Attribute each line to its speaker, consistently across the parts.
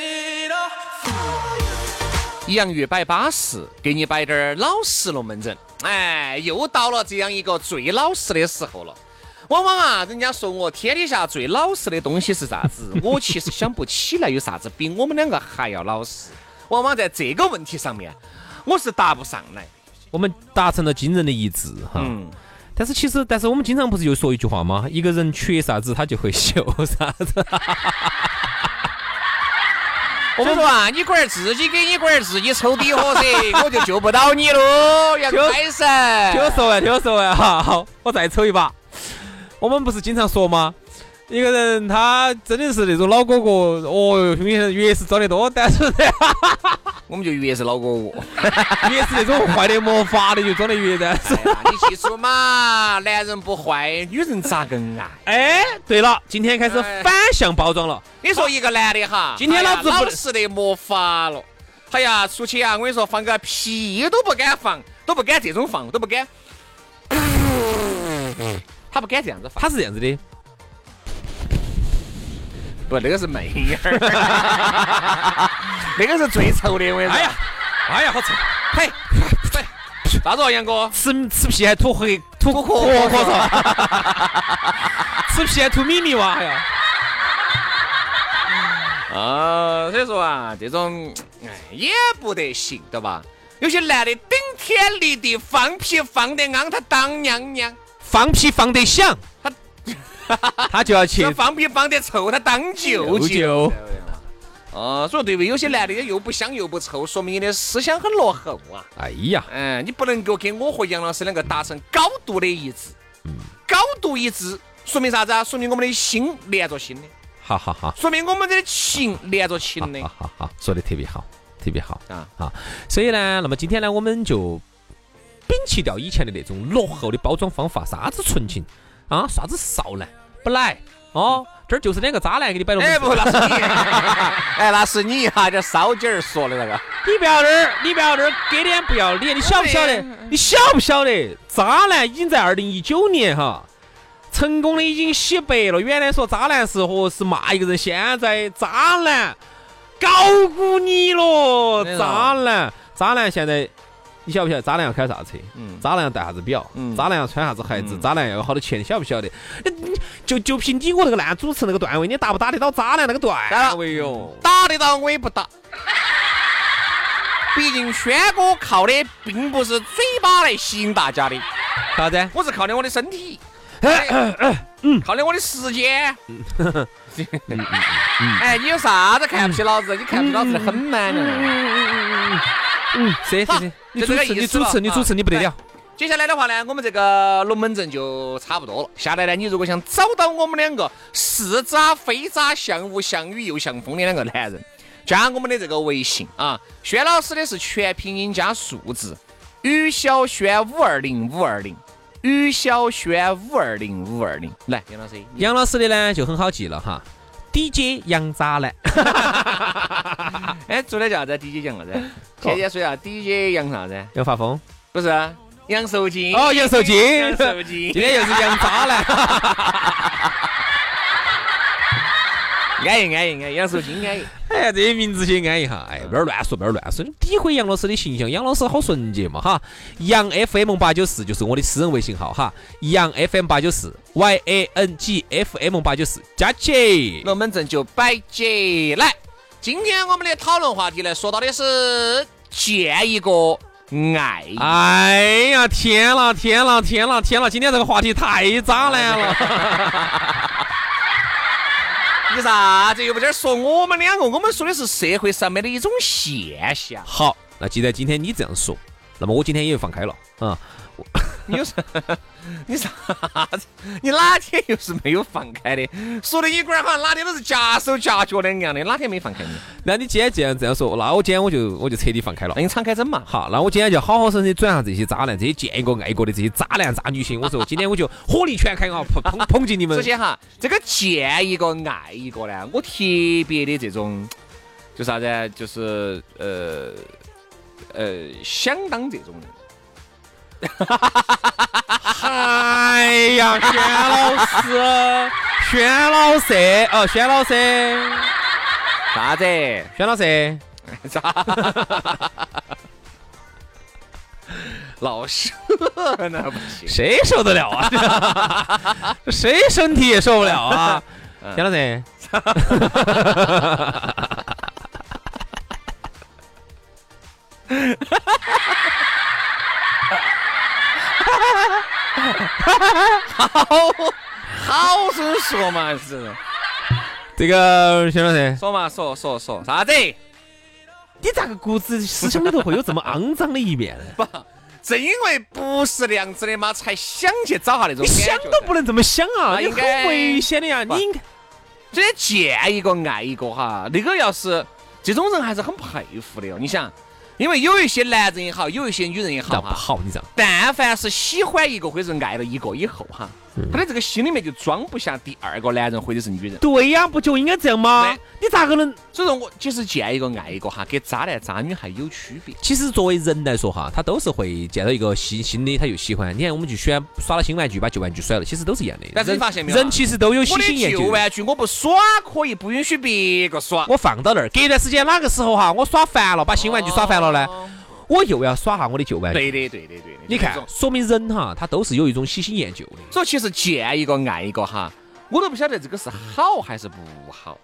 Speaker 1: it all.
Speaker 2: 洋芋摆巴适，给你摆点儿老实龙门阵。哎，又到了这样一个最老实的时候了。往往啊，人家说我天底下最老实的东西是啥子？我其实想不起来有啥子比我们两个还要老实。往往在这个问题上面，我是答不上来。
Speaker 3: 我们达成了惊人的一致哈。
Speaker 2: 嗯，
Speaker 3: 但是其实，但是我们经常不是就说一句话吗？一个人缺啥子，他就会秀啥子。
Speaker 2: 我们说啊，你龟儿自己给你龟儿自己抽底火噻，我就救不到你喽，要 开神。
Speaker 3: 听我说完，听我说完哈。 好，我再抽一把。我们不是经常说吗？一个人他真的是那种老哥哥，哦哟，兄弟越是装得多，但是呢
Speaker 2: 我们就越是老哥我。
Speaker 3: 越是那种坏的没法的就装得越但是。
Speaker 2: 哎呀，你记住嘛，男人不坏，女人咋啊个爱？
Speaker 3: 哎，对了，今天开始反向包装了。
Speaker 2: 你说一个男的哈，
Speaker 3: 今天
Speaker 2: 哎呀
Speaker 3: 老子不
Speaker 2: 老实的没法了。哎呀，出去啊，我跟你说，放个屁都不敢放，都不敢这种放，都不敢。 他不敢这样子放，
Speaker 3: 他是这样子的，
Speaker 2: 不，那个是媚眼儿， 那个是最臭的，我跟你说。
Speaker 3: 哎呀，哎呀，好臭！
Speaker 2: 呸，呸，啥子哦，杨哥？
Speaker 3: 吃吃皮还吐黑吐
Speaker 2: 吐
Speaker 3: 壳
Speaker 2: 壳
Speaker 3: 壳嗦， 吃皮还吐米米哇！哎呀，
Speaker 2: 啊，所以说啊，这种哎也不得行，对吧？有些男的顶天立地放屁放得昂，他当娘娘；
Speaker 3: 放屁放得响，他他就要去
Speaker 2: 这放屁放得臭，他当
Speaker 3: 舅
Speaker 2: 舅舅。
Speaker 3: 舅。
Speaker 2: 哦，所以对不对？有些男的又不香又不臭，说明你的思想很落后啊。
Speaker 3: 哎呀，
Speaker 2: 嗯，你不能够跟我和杨老师两个达成高度的一致。高度一致，说明啥子啊？说明我们的心连着心的，
Speaker 3: 哈哈哈。
Speaker 2: 说明我们的情连着情 的
Speaker 3: 好。好好，说的特别好，特别好
Speaker 2: 啊
Speaker 3: 嗯啊！所以呢，那么今天呢，我们就摒弃掉以前的那种落后的包装方法，啥子纯情啊，啥子少男不来哦，这儿就是两个渣男给你摆龙门
Speaker 2: 哎，
Speaker 3: 阵。
Speaker 2: 不，那是你， 哎，那是你哈，这烧鸡儿说的那个。
Speaker 3: 你不要这儿，你不要这儿，给脸不要脸，你晓不晓得？你晓不晓得？渣男已经在二零一九年哈。成功的已经洗白了。原来说渣男是和是骂一个人，现在渣男高估你了。
Speaker 2: 对了
Speaker 3: 渣男，渣男现在你晓不晓得？渣男要开啥车？
Speaker 2: 嗯
Speaker 3: 渣男要戴啥子表？
Speaker 2: 嗯
Speaker 3: 渣男要穿啥子鞋子？
Speaker 2: 嗯
Speaker 3: 渣男要有好多钱？你晓不晓得？你你就就凭你我这个烂主持那个段位，你打不打得到渣男那个段
Speaker 2: 哎
Speaker 3: 位哟？
Speaker 2: 打得到我也不打。毕竟轩哥靠的并不是嘴巴来吸引大家的，
Speaker 3: 啥子？
Speaker 2: 我是靠的我的身体， 哎靠的我的时间。
Speaker 3: 嗯
Speaker 2: 哎，你有啥子看不起老子？你看不起老子得很嘛？
Speaker 3: 嗯
Speaker 2: 你
Speaker 3: 是是
Speaker 2: 好
Speaker 3: 是，嗯你
Speaker 2: 就
Speaker 3: 主
Speaker 2: 这个
Speaker 3: 持
Speaker 2: 意
Speaker 3: 你
Speaker 2: 思
Speaker 3: 主
Speaker 2: 了
Speaker 3: 持你主持
Speaker 2: 啊
Speaker 3: 你不得了。
Speaker 2: 接下来的话呢，我们这个龙门阵就差不多了。下来呢，你如果想找到我们两个是渣非渣、像雾像雨又像风的两个男人，加我们的这个微信啊，轩老师的是全拼音加数字，于小轩五二零五二零，于小轩五二零五二零。来，杨老师，你
Speaker 3: 杨老师的呢就很好记了哈，DJ 杨渣男。
Speaker 2: 哎，昨天叫啥子？DJ 讲啥子？前天说啥？DJ 啊杨啥子？
Speaker 3: 杨发疯。
Speaker 2: 不是啊杨寿金。
Speaker 3: 哦，杨寿金，
Speaker 2: 杨寿金
Speaker 3: 今天又是杨渣男。
Speaker 2: 安逸安逸哎安逸，杨寿金安逸。
Speaker 3: 哎呀，这些名字先安一下，哎，不要乱说，不要乱说，诋毁杨老师的形象。杨老师好纯洁嘛哈，杨 FM 八九四就是我的私人微信号哈，杨 FM 八九四 Y A N G F M 八九四加 起。
Speaker 2: 龙门阵就摆起来。今天我们的讨论话题呢，说到的是见一个爱一个。
Speaker 3: 哎呀，天了天了天了天了！今天这个话题太渣男了。
Speaker 2: 你啥子又不在这儿说我们两个？我们说的是社会上面的一种现象。
Speaker 3: 好，那既然今天你这样说，那么我今天也放开了啊、
Speaker 2: 你有啥？ 你啥子？你哪天又是没有放开的？说的一股儿好像哪天都是夹手夹脚的一样的，哪天没放开呢？
Speaker 3: 那你今天既然这样说，那我今天我就我就彻底放开了
Speaker 2: 那。你敞开整嘛。
Speaker 3: 好，那我今天就好好生生转下这些渣男，这些见一个爱一个的这些渣男渣女性。我说今天我就火力全开啊，抨抨抨击你们
Speaker 2: 首。先哈，这个见一个爱一个呢，我特别的这种，就啥子啊？就是呃呃，想当这种人。
Speaker 3: 哎呀，轩老师，轩老师，哦，轩老师，
Speaker 2: 啥子？
Speaker 3: 轩老师，
Speaker 2: 啥？老师那不行。
Speaker 3: 谁受得了啊？ 谁身体也受不了啊？轩老师，
Speaker 2: 好生说嘛是，
Speaker 3: 这个轩老师，
Speaker 2: 说嘛说说说啥子？
Speaker 3: 你咋个骨子思想里头会有这么肮脏的一面呢？
Speaker 2: 不，正因为不是那样子的嘛，才想去找下那种
Speaker 3: 你
Speaker 2: 感觉噻。
Speaker 3: 想都不能这么想啊！
Speaker 2: 那
Speaker 3: 你
Speaker 2: 应
Speaker 3: 很
Speaker 2: 该
Speaker 3: 危险的呀！你
Speaker 2: 不
Speaker 3: 应该
Speaker 2: 这见一个爱一个哈，那个要是这种人还是很佩服的哟。你想，因为有一些男人也好，有一些女人也好
Speaker 3: 那不
Speaker 2: 哈，
Speaker 3: 好，你这样。
Speaker 2: 但凡是喜欢一个或者是爱了一个以后哈，
Speaker 3: 嗯
Speaker 2: 他的这个心里面就装不下第二个男人或者是女人。
Speaker 3: 对呀，不就应该这样吗
Speaker 2: 对？
Speaker 3: 你咋个能？
Speaker 2: 所以说我其实见一个爱一个哈，跟渣男渣女还有区别。
Speaker 3: 其实作为人来说哈，他都是会见到一个新新的，他就喜欢。你看，我们就喜欢耍了新玩具，把旧玩具甩了，其实都是一样的。
Speaker 2: 但是你
Speaker 3: 人
Speaker 2: 发现没有啊
Speaker 3: 人其实都有喜
Speaker 2: 我
Speaker 3: 新
Speaker 2: 的
Speaker 3: 厌
Speaker 2: 旧
Speaker 3: 旧。
Speaker 2: 玩具我不耍，可以不允许别个耍。
Speaker 3: 啊我放到那儿，隔一段时间哪个时候哈，我耍烦了，把新玩具耍烦了呢，我又要耍下我的旧玩具。
Speaker 2: 哦对的，对的，对的。
Speaker 3: 你看，说明人哈，他都是有一种喜新厌旧的。
Speaker 2: 所以其实见一个爱一个哈，我都不晓得这个是好还是不好，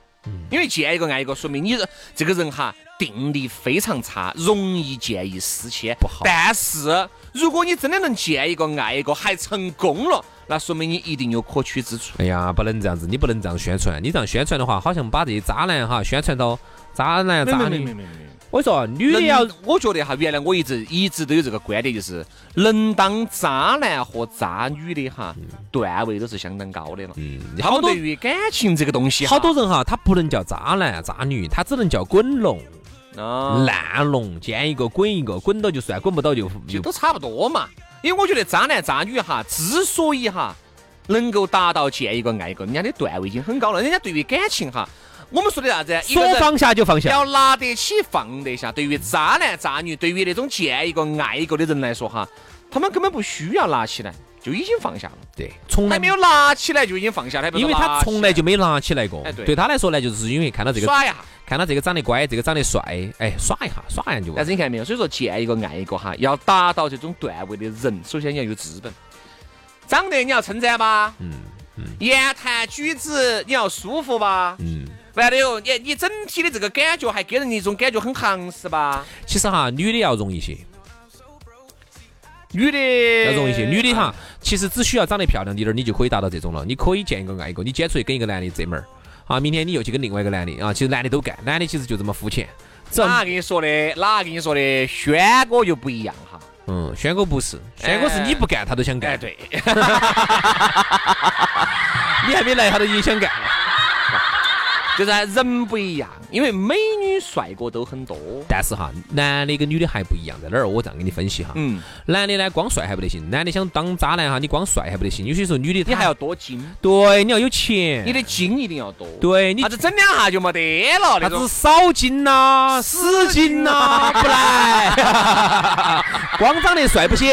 Speaker 2: 因为见一个爱一个，说明你这这个人哈定力非常差，容易见异思迁，
Speaker 3: 不好
Speaker 2: 但是如果你真的能见一个爱一个，还成功了，那说明你一定有可取之处。
Speaker 3: 哎呀，不能这样子，你不能这样宣传。你这样宣传的话，好像把这些渣男哈宣传到渣男渣女。
Speaker 2: 没没。
Speaker 3: 我说，女的
Speaker 2: 能
Speaker 3: 要
Speaker 2: 我觉得哈，原来我一直一直都有这个观点，就是能当渣男和渣女的哈，段位都是相当高的了。
Speaker 3: 嗯，
Speaker 2: 他
Speaker 3: 好
Speaker 2: 们
Speaker 3: 多
Speaker 2: 对于感情这个东西哈，
Speaker 3: 好多人哈，他不能叫渣男渣女，他只能叫滚龙、
Speaker 2: 啊，
Speaker 3: 烂龙，见一个滚一个，滚到就算，滚不到就
Speaker 2: 就
Speaker 3: 就
Speaker 2: 都差不多嘛。因为我觉得渣男渣女哈，之所以哈能够达到见一个爱一个，人家的段位已经很高了。人家对于感情哈，我们说的啥子？啊一个
Speaker 3: 说
Speaker 2: 人
Speaker 3: 放下就放下
Speaker 2: 要。拿得起放得下。对于渣男渣女，对于那种见一个爱一个的人来说哈，他们根本不需要拿起来，就已经放下了。
Speaker 3: 对，从来
Speaker 2: 还没有，拿起来就已经放下了，还不是
Speaker 3: 因为他
Speaker 2: 拿起
Speaker 3: 从来就没拿起来过
Speaker 2: 哎。对
Speaker 3: 对他来说呢，就是因为看到这个，
Speaker 2: 耍一下。
Speaker 3: 看到这个长得乖，这个长得帅，哎，耍一下，耍一下就完
Speaker 2: 但。是你看没有，所以说见一个爱一个哈，要达到这种段位的人，首先你要有资本，长得你要称赞吧，嗯言谈举止你要舒服吧，
Speaker 3: 嗯，
Speaker 2: 完了哟，你你整体的这个感觉还给人一种感觉很行实吧，
Speaker 3: 其实哈，女的要容易些，
Speaker 2: 女的
Speaker 3: 要容易些。女的
Speaker 2: 啊
Speaker 3: 哈，其实只需要长得漂亮一点儿，你就可以达到这种了。你可以见一个爱一个，你今天出去跟一个男的这门儿，啊，明天你又去跟另外一个男的啊，其实男的都干，男的其实就这么肤浅。只要
Speaker 2: 哪个跟你说的？哪个跟你说的？轩哥就不一样哈。
Speaker 3: 嗯，轩哥不是，轩哥是你不干他都想干，
Speaker 2: 哎，对，
Speaker 3: 你还没来他都已经想干了。
Speaker 2: 就是人不一样，因为美女帅哥都很多。
Speaker 3: 但是哈，男的跟女的还不一样，在哪儿？我这样给你分析哈。
Speaker 2: 嗯，
Speaker 3: 男的呢，光帅还不得行；男的想当渣男哈，你光帅还不得行。有些时候女的她
Speaker 2: 你还要多精，
Speaker 3: 对，你要有钱，
Speaker 2: 你的精一定要多。
Speaker 3: 对你
Speaker 2: 啥子整两下就没得了
Speaker 3: 啥
Speaker 2: 那种
Speaker 3: 子。少金呐、死金呐、不来，光长得帅不行。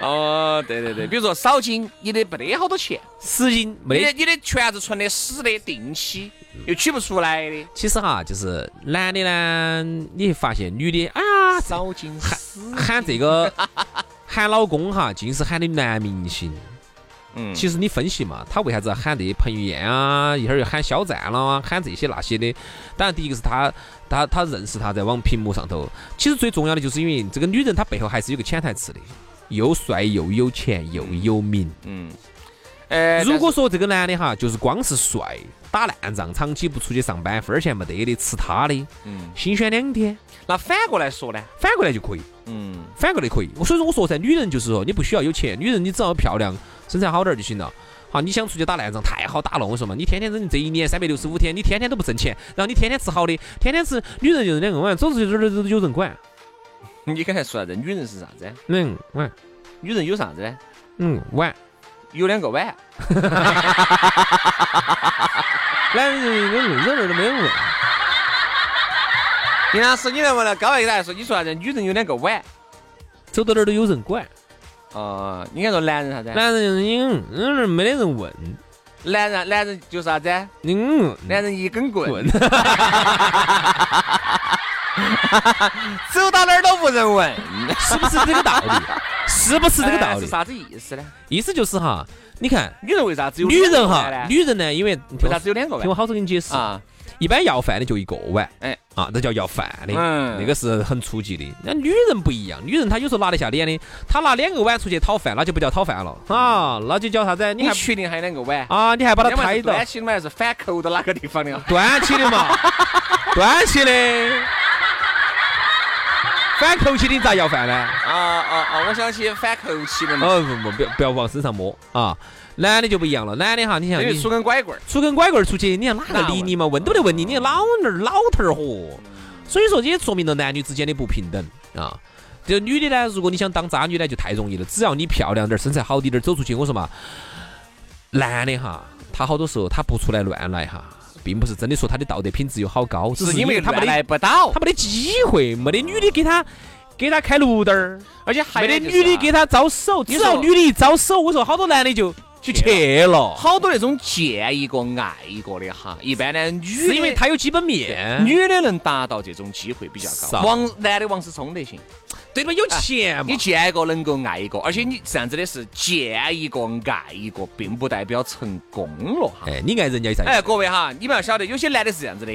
Speaker 2: 哦，对对 对，比如说少金，你的没得好多钱，
Speaker 3: 死金
Speaker 2: 你
Speaker 3: 没得。
Speaker 2: 的你的全是存的死的定期，又取不出来的。
Speaker 3: 其实哈，就是男的呢，你会发现女的，哎呀，
Speaker 2: 少金
Speaker 3: 喊这个喊老公哈，尽是喊的男明星。
Speaker 2: 嗯
Speaker 3: 其实你分析嘛，他为啥子要喊这些彭于晏啊，一会儿又喊肖战了啊，喊这些那些的？当然，第一个是他他他认识他在往屏幕上头，其实最重要的就是因为这个女人她背后还是有个潜台词的，又帅又有钱又有名。
Speaker 2: 嗯，哎，
Speaker 3: 如果说这个男的哈，就是光是帅，打烂仗，长期不出去上班，分儿钱没得的，吃他的，
Speaker 2: 但是嗯，
Speaker 3: 新选两天，
Speaker 2: 那反过来说呢，
Speaker 3: 反过来就可以，
Speaker 2: 嗯，
Speaker 3: 反过来可以。我所以说我说噻，女人就是说，你不需要有钱，女人你只要漂亮，身材好点儿就行了。好，你想出去打烂仗太好打了，我说嘛，你天天整这一年三百六十五天，你天天都不挣钱，然后你天天吃好的，天天吃，女人就是两个碗，走出去这儿都有人管，
Speaker 2: 你刚才说啥子？女人是啥子？
Speaker 3: 嗯碗，
Speaker 2: 女人有啥子呢？
Speaker 3: 嗯碗，
Speaker 2: 有两个碗，
Speaker 3: 男人扔扔那都没有人。
Speaker 2: 杨老师，你能不能高一给大家说？你说啥子？女人有两个碗
Speaker 3: 走到哪儿都有人管，
Speaker 2: 哦，你应该说男人啥子？
Speaker 3: 男人嗯嗯没得人问，
Speaker 2: 男人啊男人就是啥子？
Speaker 3: 嗯
Speaker 2: 男人一根棍，
Speaker 3: 滚。
Speaker 2: 走到哪儿都无人问，
Speaker 3: 是不是这个道 理？是不是这个道
Speaker 2: 哎 是
Speaker 3: 理？
Speaker 2: 啥子意思呢？
Speaker 3: 意思就是哈，你看
Speaker 2: 女人为啥子有
Speaker 3: 女
Speaker 2: 两
Speaker 3: 人
Speaker 2: 个碗
Speaker 3: 哈，
Speaker 2: 呢？
Speaker 3: 女人呢，因为你听
Speaker 2: 为
Speaker 3: 我
Speaker 2: 啥子有两个
Speaker 3: 听我
Speaker 2: 碗
Speaker 3: 好生给你解释，
Speaker 2: 啊？
Speaker 3: 一般要饭的就一个碗，
Speaker 2: 哎
Speaker 3: 啊，那叫要饭的，
Speaker 2: 嗯
Speaker 3: 那个是很初级的。那女人不一样，女人她有时候拿得下脸的，她拿两个碗出去讨饭，那就不叫讨饭了啊，那就叫啥子？
Speaker 2: 你
Speaker 3: 还
Speaker 2: 确定还有两个碗？
Speaker 3: 啊，你还把它
Speaker 2: 两个碗
Speaker 3: 抬
Speaker 2: 是
Speaker 3: 到
Speaker 2: 端起的吗？还是反扣到哪个地方的？
Speaker 3: 端起的 嘛，端起的，反口起的你咋要饭呢？
Speaker 2: 啊啊啊！我想起反扣起的嘛，
Speaker 3: 哦不不，不要不要往身上摸啊！男的就不一样了，男的哈，你想
Speaker 2: 等于
Speaker 3: 你
Speaker 2: 出根拐棍儿。
Speaker 3: 出根拐棍儿出去，你看哪个理你嘛？问都不得问你，你老那儿老头儿
Speaker 2: 嗯
Speaker 3: 嚯！所以说这也说明了男女之间的不平等啊。这女的呢，如果你想当渣女呢，就太容易了，只要你漂亮点儿，身材好滴点儿，走出去，我说嘛，男的哈，他好多时候他不出来乱来哈，并不是真的说他的道德品质有好高，只
Speaker 2: 是因为
Speaker 3: 他没
Speaker 2: 乱
Speaker 3: 得
Speaker 2: 来不到，
Speaker 3: 他没得机会，没得女的给他给他开路灯儿。
Speaker 2: 而且还
Speaker 3: 没
Speaker 2: 有
Speaker 3: 得
Speaker 2: 就是
Speaker 3: 女的
Speaker 2: 啊
Speaker 3: 给他招手，只
Speaker 2: 你
Speaker 3: 要
Speaker 2: 说
Speaker 3: 女的一招手，我说好多男的就就去了，
Speaker 2: 好多那种见一个爱一个的哈，一般呢女的
Speaker 3: 是因为他有基本面，
Speaker 2: 女的能达到这种机会比较
Speaker 3: 少
Speaker 2: 高，王男的王思聪得行，
Speaker 3: 对吧？有钱嘛
Speaker 2: 你，见一个能够爱一个，而且你这样子的是见一个爱一个，并不代表成功了哈。
Speaker 3: 哎，你爱人家啥？
Speaker 2: 哎，各位哈，你们要晓得，有些男的是这样子的，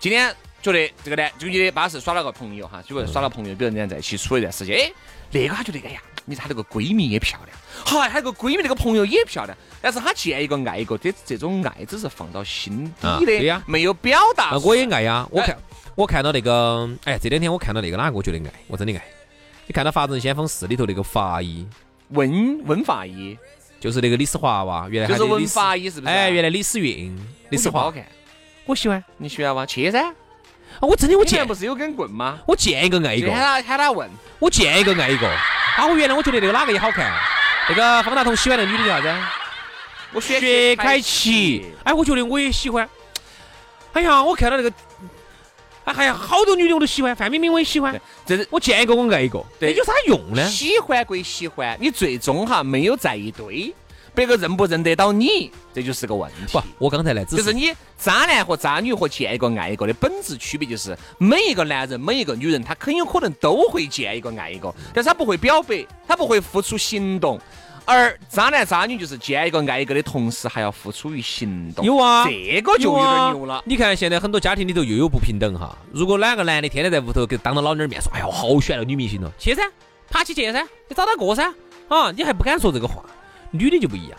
Speaker 2: 今天觉得这个男，这个女的巴适，耍了个朋友哈，就耍了朋友，比如人家在一起处了一段时间，哎，那个他觉得，哎呀，你她那个闺蜜也漂亮，嗨，她那个闺蜜那个朋友也漂亮，但是她见一个爱一个，这这种爱只是放到心
Speaker 3: 啊
Speaker 2: 底的，
Speaker 3: 对呀
Speaker 2: 没有表达出
Speaker 3: 啊
Speaker 2: 来。
Speaker 3: 我也爱呀，我
Speaker 2: 哎
Speaker 3: 看我看到那个，哎，这两天我看到那个哪个，我觉得爱，我真的爱。你看到《法证先锋四》里头那个法医，
Speaker 2: 文文法医，
Speaker 3: 就是那个李思华哇，原来
Speaker 2: 就
Speaker 3: 他
Speaker 2: 是
Speaker 3: 的
Speaker 2: 文
Speaker 3: 李思，
Speaker 2: 法医是不是啊？哦
Speaker 3: 哎，原
Speaker 2: 来
Speaker 3: 来李思韵，李
Speaker 2: 你
Speaker 3: 思
Speaker 2: 是不好
Speaker 3: 华，
Speaker 2: 看，
Speaker 3: 我喜欢啊，
Speaker 2: 你喜欢哇？去噻，
Speaker 3: 我真的我
Speaker 2: 以前
Speaker 3: 见
Speaker 2: 不是有根棍吗？
Speaker 3: 我见一个爱一
Speaker 2: 就
Speaker 3: 个
Speaker 2: 喊，他喊他问，
Speaker 3: 我见一个爱一个。啊，我原来我觉得那个哪个也好看，那个方大同喜欢那个女的叫啥子？
Speaker 2: 我选
Speaker 3: 薛
Speaker 2: 薛
Speaker 3: 凯
Speaker 2: 凯
Speaker 3: 琪
Speaker 2: 琪，，
Speaker 3: 哎，我觉得我也喜欢。哎呀，我看到那个，哎，还有好多女的我都喜欢，范冰冰我也喜欢
Speaker 2: 对。这是
Speaker 3: 我见一个我爱一个，
Speaker 2: 对
Speaker 3: 那有啥用呢？
Speaker 2: 喜欢归喜欢，你最终哈没有在一堆，别个认不认得到你，这就是个问题
Speaker 3: 不。，我刚才呢，只
Speaker 2: 就是是你渣男和渣女和见一个爱一个的本质区别，就是每一个男人、每一个女人，他很有可能都会见一个爱一个，但是他不会表白，他不会付出行动。而渣男渣女就是见一个爱一个的同时，还要付出于行动。
Speaker 3: 有啊
Speaker 2: 这个就有点牛了。
Speaker 3: 你看现在很多家庭里头又有不平等哈。如果哪个男的天天在屋头给当着老娘儿面说，哎呀，我好喜欢那个女明星了，去噻，爬起去噻，你找他过噻，啊，你还不敢说这个话。女的就不一样，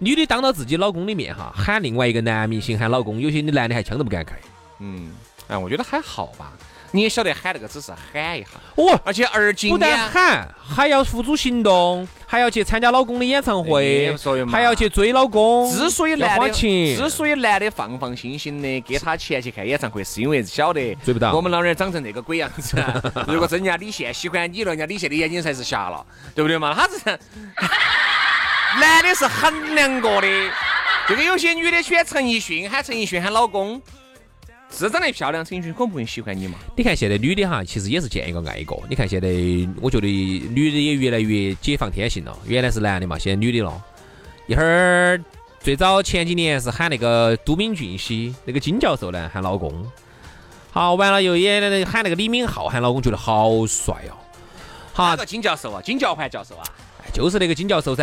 Speaker 3: 女的当到自己老公的面哈，喊另外一个男明星喊老公，有些男的还枪都不敢开。
Speaker 2: 嗯，哎，我觉得还好吧。你也晓得喊那个只是喊一下，
Speaker 3: 哦，
Speaker 2: 而且而今啊
Speaker 3: 不
Speaker 2: 年
Speaker 3: 但喊，还要付诸行动，还要去参加老公的演唱会
Speaker 2: 哎所以，嘛
Speaker 3: 还要去追老公。
Speaker 2: 之所以
Speaker 3: 要
Speaker 2: 男
Speaker 3: 花
Speaker 2: 的，
Speaker 3: 钱，
Speaker 2: 之所以男的放放心心的给他钱去看演唱会，是因为晓得
Speaker 3: 追不到
Speaker 2: 我们老娘儿长成这个鬼样子啊。 如果真人家李现喜欢你了，人家李现的眼睛才是瞎了，对不对嘛？他是 男的是衡量过的。这个有些女的喜欢陈奕迅，喊陈奕迅喊老公，是长得漂亮，陈奕迅可能不会喜欢你嘛。
Speaker 3: 你看现在女的哈，其实也是见一个爱一个。你看现在，我觉得女的也越来越解放天性了。原来是男的嘛，现在女的了。一会儿最早前几年是喊那个都敏俊熙，那个金教授呢喊老公。好，完了又也喊那个李敏镐喊老公，觉得好帅哦。好
Speaker 2: 哪，个金教授啊？金教环教授啊？
Speaker 3: 就是那个金教授噻，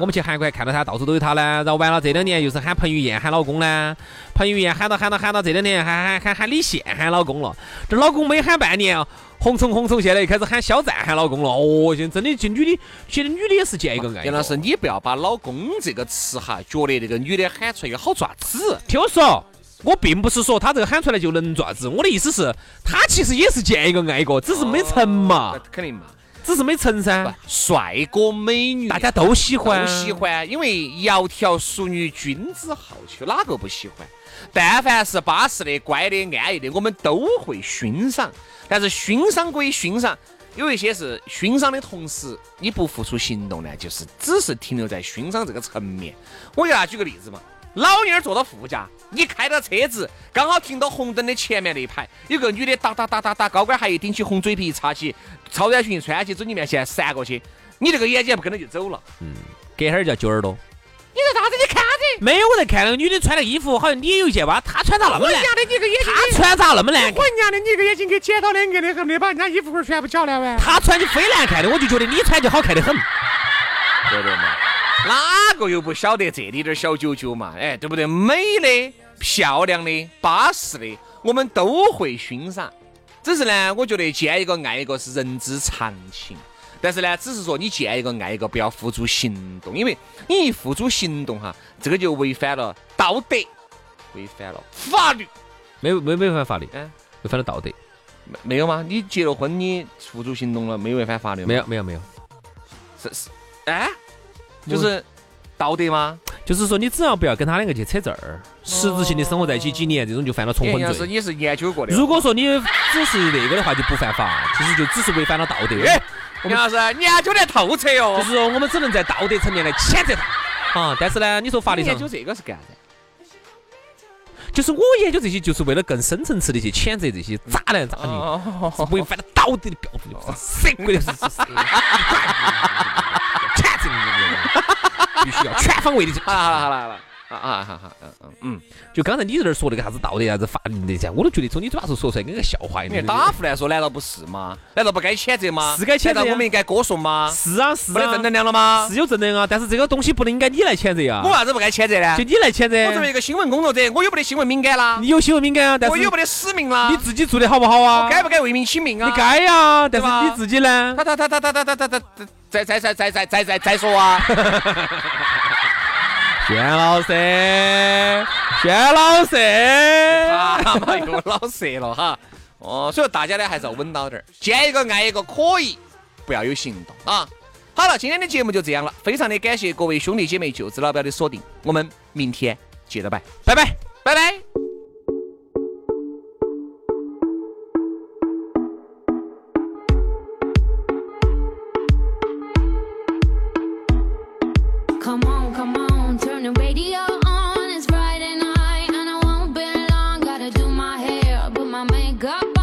Speaker 3: 我们去韩国还看到他到处都有他呢。然后完了这两年又是喊彭于晏喊老公呢，彭于晏喊到喊到喊到这两年喊喊喊喊李现喊老公了，这老公没喊半年啊，红虫红虫现在又开始喊肖战喊老公了。哦，现在真的这女的，其实女的也是见一个爱一个。
Speaker 2: 杨老师，你不要把“老公”这个词哈，觉得那个女的喊出来有好爪子。啊
Speaker 3: 听我说，我并不是说他这个喊出来就能咋子，我的意思是，他其实也是见一个爱一个，只是没成嘛
Speaker 2: 那，肯定嘛。
Speaker 3: 只是没成
Speaker 2: 不
Speaker 3: 噻，，
Speaker 2: 帅哥美女
Speaker 3: 大家都喜欢，
Speaker 2: 都喜欢，因为窈窕淑女，君子好逑，哪个不喜欢？但凡是巴适的、乖的、安逸的，我们都会欣赏。但是欣赏归欣赏，有一些是欣赏的同时，你不付出行动呢，就是只是停留在欣赏这个层面。我给大家举个例子嘛，老妞儿坐到副驾，你开到车子刚好停到红灯的前面那一排，有个女的哒哒哒哒哒，高跟鞋一顶起，红嘴皮一插起，超短裙一穿起，走你面前闪过去，你这个眼睛还不跟着就走了。
Speaker 3: 隔哈儿叫揪耳朵。
Speaker 2: 你在啥子？你看啥子？
Speaker 3: 没有，我在看那个女的穿那个衣服，好像你也有见吧？她穿咋那么
Speaker 2: 我
Speaker 3: 烂？
Speaker 2: 娘的，你个眼睛！
Speaker 3: 她穿咋那么难看？
Speaker 2: 我娘的，你个眼睛给剪刀的，硬的很，没把人家衣服裤全部绞了完。
Speaker 3: 她穿就非难看的，我就觉得你穿就好看的很。
Speaker 2: 对不对嘛？哪个又不晓得这里点儿小九九嘛？哎，对不对？美的、漂亮的、巴适的，我们都会欣赏。只是呢，我觉得见一个爱一个是人之常情。但是呢，只是说你见一个爱一个，不要付诸行动，因为你一付诸行动哈，这个就违反了道德，违反了法律。
Speaker 3: 没有没有没有犯法律，
Speaker 2: 嗯
Speaker 3: 违反了道德。
Speaker 2: 没没有吗？你结了婚，你付诸行动了，没有违反法律吗？
Speaker 3: 没有没有没有，
Speaker 2: 是是，哎，
Speaker 3: 嗯
Speaker 2: 就是道德吗？
Speaker 3: 就是说你只要不要跟他两个去扯字儿，实质性的生活在一起几年，这种就犯了重
Speaker 2: 哎杨
Speaker 3: 婚
Speaker 2: 老师，
Speaker 3: 罪。
Speaker 2: 你是研究过的。
Speaker 3: 哎
Speaker 2: 哦
Speaker 3: 如果说你只是那个的话，就不犯 法，其实就只是违反了道德。
Speaker 2: 哎，杨老师，你研究得透彻
Speaker 3: 就
Speaker 2: 哦
Speaker 3: 是。说我们只能在道德层面来谴责他啊。但是呢，你说法律
Speaker 2: 你
Speaker 3: 上
Speaker 2: 研，究这个是干啥子？
Speaker 3: 就是我研究这些，就是为了更深层次的去谴责这些渣男渣女。
Speaker 2: 哦，
Speaker 3: 是违反了道德的标准的，是谁鬼的？是是 谁？全责必须要全方位的。
Speaker 2: 好了好了好了好了，啊啊好好嗯嗯嗯，
Speaker 3: 就刚才你在那儿说那个啥子道德啥子法律的噻，我都觉得从你嘴巴头说出来跟个笑话一
Speaker 2: 你
Speaker 3: 样。
Speaker 2: 看打胡乱说难道不是吗？难道不该谴责吗？
Speaker 3: 是该谴责呀
Speaker 2: 难道我们应该歌颂吗？
Speaker 3: 是啊是
Speaker 2: 没得
Speaker 3: 啊
Speaker 2: 正，能量了吗？
Speaker 3: 是有正能量啊，但是这个东西不能应该你来谴责呀
Speaker 2: 我，为啥子不该谴责呢
Speaker 3: 就？你来谴
Speaker 2: 我作为
Speaker 3: 责。
Speaker 2: 一个新闻工作者，我有没得新闻敏感啦
Speaker 3: 你？有新闻敏感啊，但
Speaker 2: 我
Speaker 3: 是
Speaker 2: 有没得使命啦
Speaker 3: 你？自己做的好不好啊？
Speaker 2: 该不该为民请命啊？
Speaker 3: 你该呀，但
Speaker 2: 对吧
Speaker 3: 是你自己 呢？
Speaker 2: 他他他他他他他他他再再再再再再再再说啊！
Speaker 3: 轩老师，轩老师，
Speaker 2: 啊嘛又老色了哈。哦，所以大家呢还是要稳当点儿，见一个爱一个可以，不要有行动啊。好了，今天的节目就这样了，非常的感谢各位兄弟姐妹、舅子老表的锁定，我们明天接着拜，
Speaker 3: 拜拜。
Speaker 2: 拜拜。
Speaker 4: Come on, come on, turn the radio on. It's Friday night and I won't be long. Gotta do my hair, put my makeup